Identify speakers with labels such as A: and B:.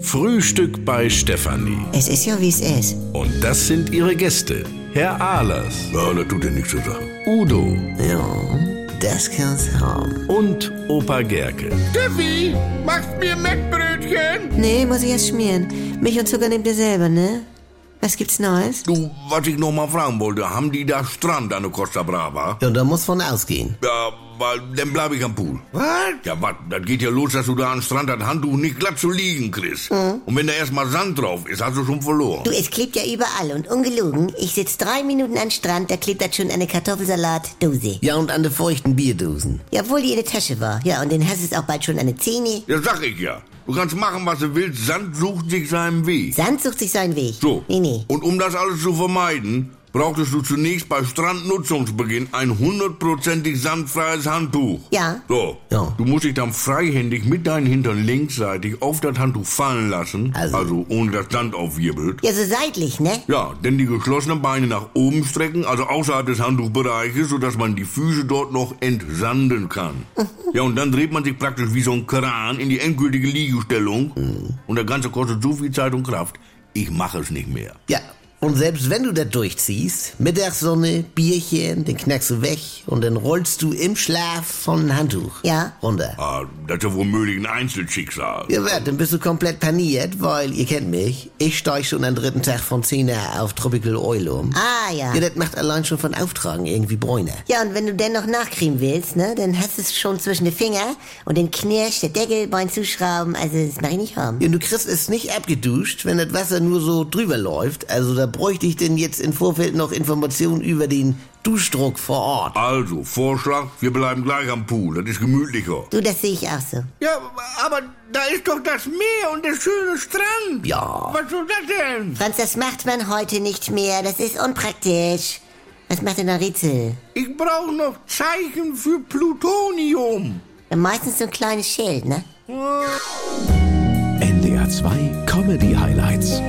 A: Frühstück bei Stefanie.
B: Es ist ja, wie es ist.
A: Und das sind ihre Gäste. Herr Ahlers. Ja, das tut ja nichts zu sagen. Udo
B: Ja, das kann's haben.
A: und Opa Gerke.
C: Steffi, machst mir Mettbrötchen?
B: Nee, muss ich erst schmieren. Milch und Zucker nehmt ihr selber, ne? Was gibt's Neues?
C: Du, was ich noch mal fragen wollte, haben die da Strand an der Costa Brava?
D: Ja, da muss von ausgehen.
C: Ja, weil dann bleib ich am Pool. Was? Ja, was? Das geht ja los, dass du da am Strand das Handtuch nicht glatt zu liegen kriegst. Und wenn da erstmal Sand drauf ist, hast Hm. du schon verloren.
B: Du, es klebt ja überall und ungelogen. Ich sitz drei Minuten am Strand, da klebt das schon eine Kartoffelsalat-Dose.
D: Ja, und an der feuchten Bierdosen.
B: Ja, obwohl die in der Tasche war. Ja, und dann hast es auch bald schon eine Zähne.
C: Ja, sag ich ja. Du kannst machen, was du willst. Sand sucht sich seinen Weg.
B: Sand sucht sich seinen Weg.
C: So.
B: Nee, nee.
C: Und um das alles zu vermeiden, brauchtest du zunächst bei Strandnutzungsbeginn ein hundertprozentig sandfreies Handtuch.
B: Ja.
C: So,
D: Ja.
C: du musst dich dann freihändig mit deinen Hintern linksseitig auf das Handtuch fallen lassen, also,
D: Also.
C: ohne dass Sand aufwirbelt.
B: Ja, so seitlich, ne?
C: Ja, denn die geschlossenen Beine nach oben strecken, also außerhalb des Handtuchbereiches, sodass man die Füße dort noch entsanden kann.
B: Mhm.
C: Ja, und dann dreht man sich praktisch wie so ein Kran in die endgültige Liegestellung. Und das Ganze kostet so viel Zeit und Kraft, ich mache es nicht mehr.
D: Ja, und selbst wenn du das durchziehst, Mittagssonne, Bierchen, den knackst du weg und dann rollst du im Schlaf von einem Handtuch
B: Ja.
D: runter.
C: Ah, das ist ja womöglich ein Einzelschicksal.
D: Ja, wert, dann bist du komplett paniert, weil, ihr kennt mich, ich steig schon am dritten Tag von 10 Uhr auf Tropical Oil um.
B: Ah, ja.
D: Ja, das macht allein schon von Auftragen irgendwie Bräune.
B: Ja, und wenn du dann noch nachcremen willst, ne, dann hast du es schon zwischen den Finger und dann knirscht der Deckel beim Zuschrauben. Also, das mach ich nicht haben.
D: Ja, du kriegst es nicht abgeduscht, wenn das Wasser nur so drüber läuft. Also da bräuchte ich denn jetzt im Vorfeld noch Informationen über den Duschdruck vor Ort.
C: Also, Vorschlag, wir bleiben gleich am Pool, das ist gemütlicher.
B: Du, das sehe ich auch so.
C: Ja, aber da ist doch das Meer und der schöne Strand.
D: Ja.
C: Was soll das denn?
B: Franz, das macht man heute nicht mehr. Das ist unpraktisch. Was macht denn ein Rätsel?
C: Ich brauche noch Zeichen für Plutonium.
B: Ja, meistens so ein kleines Schild, ne?
E: NDR 2 Comedy Highlights.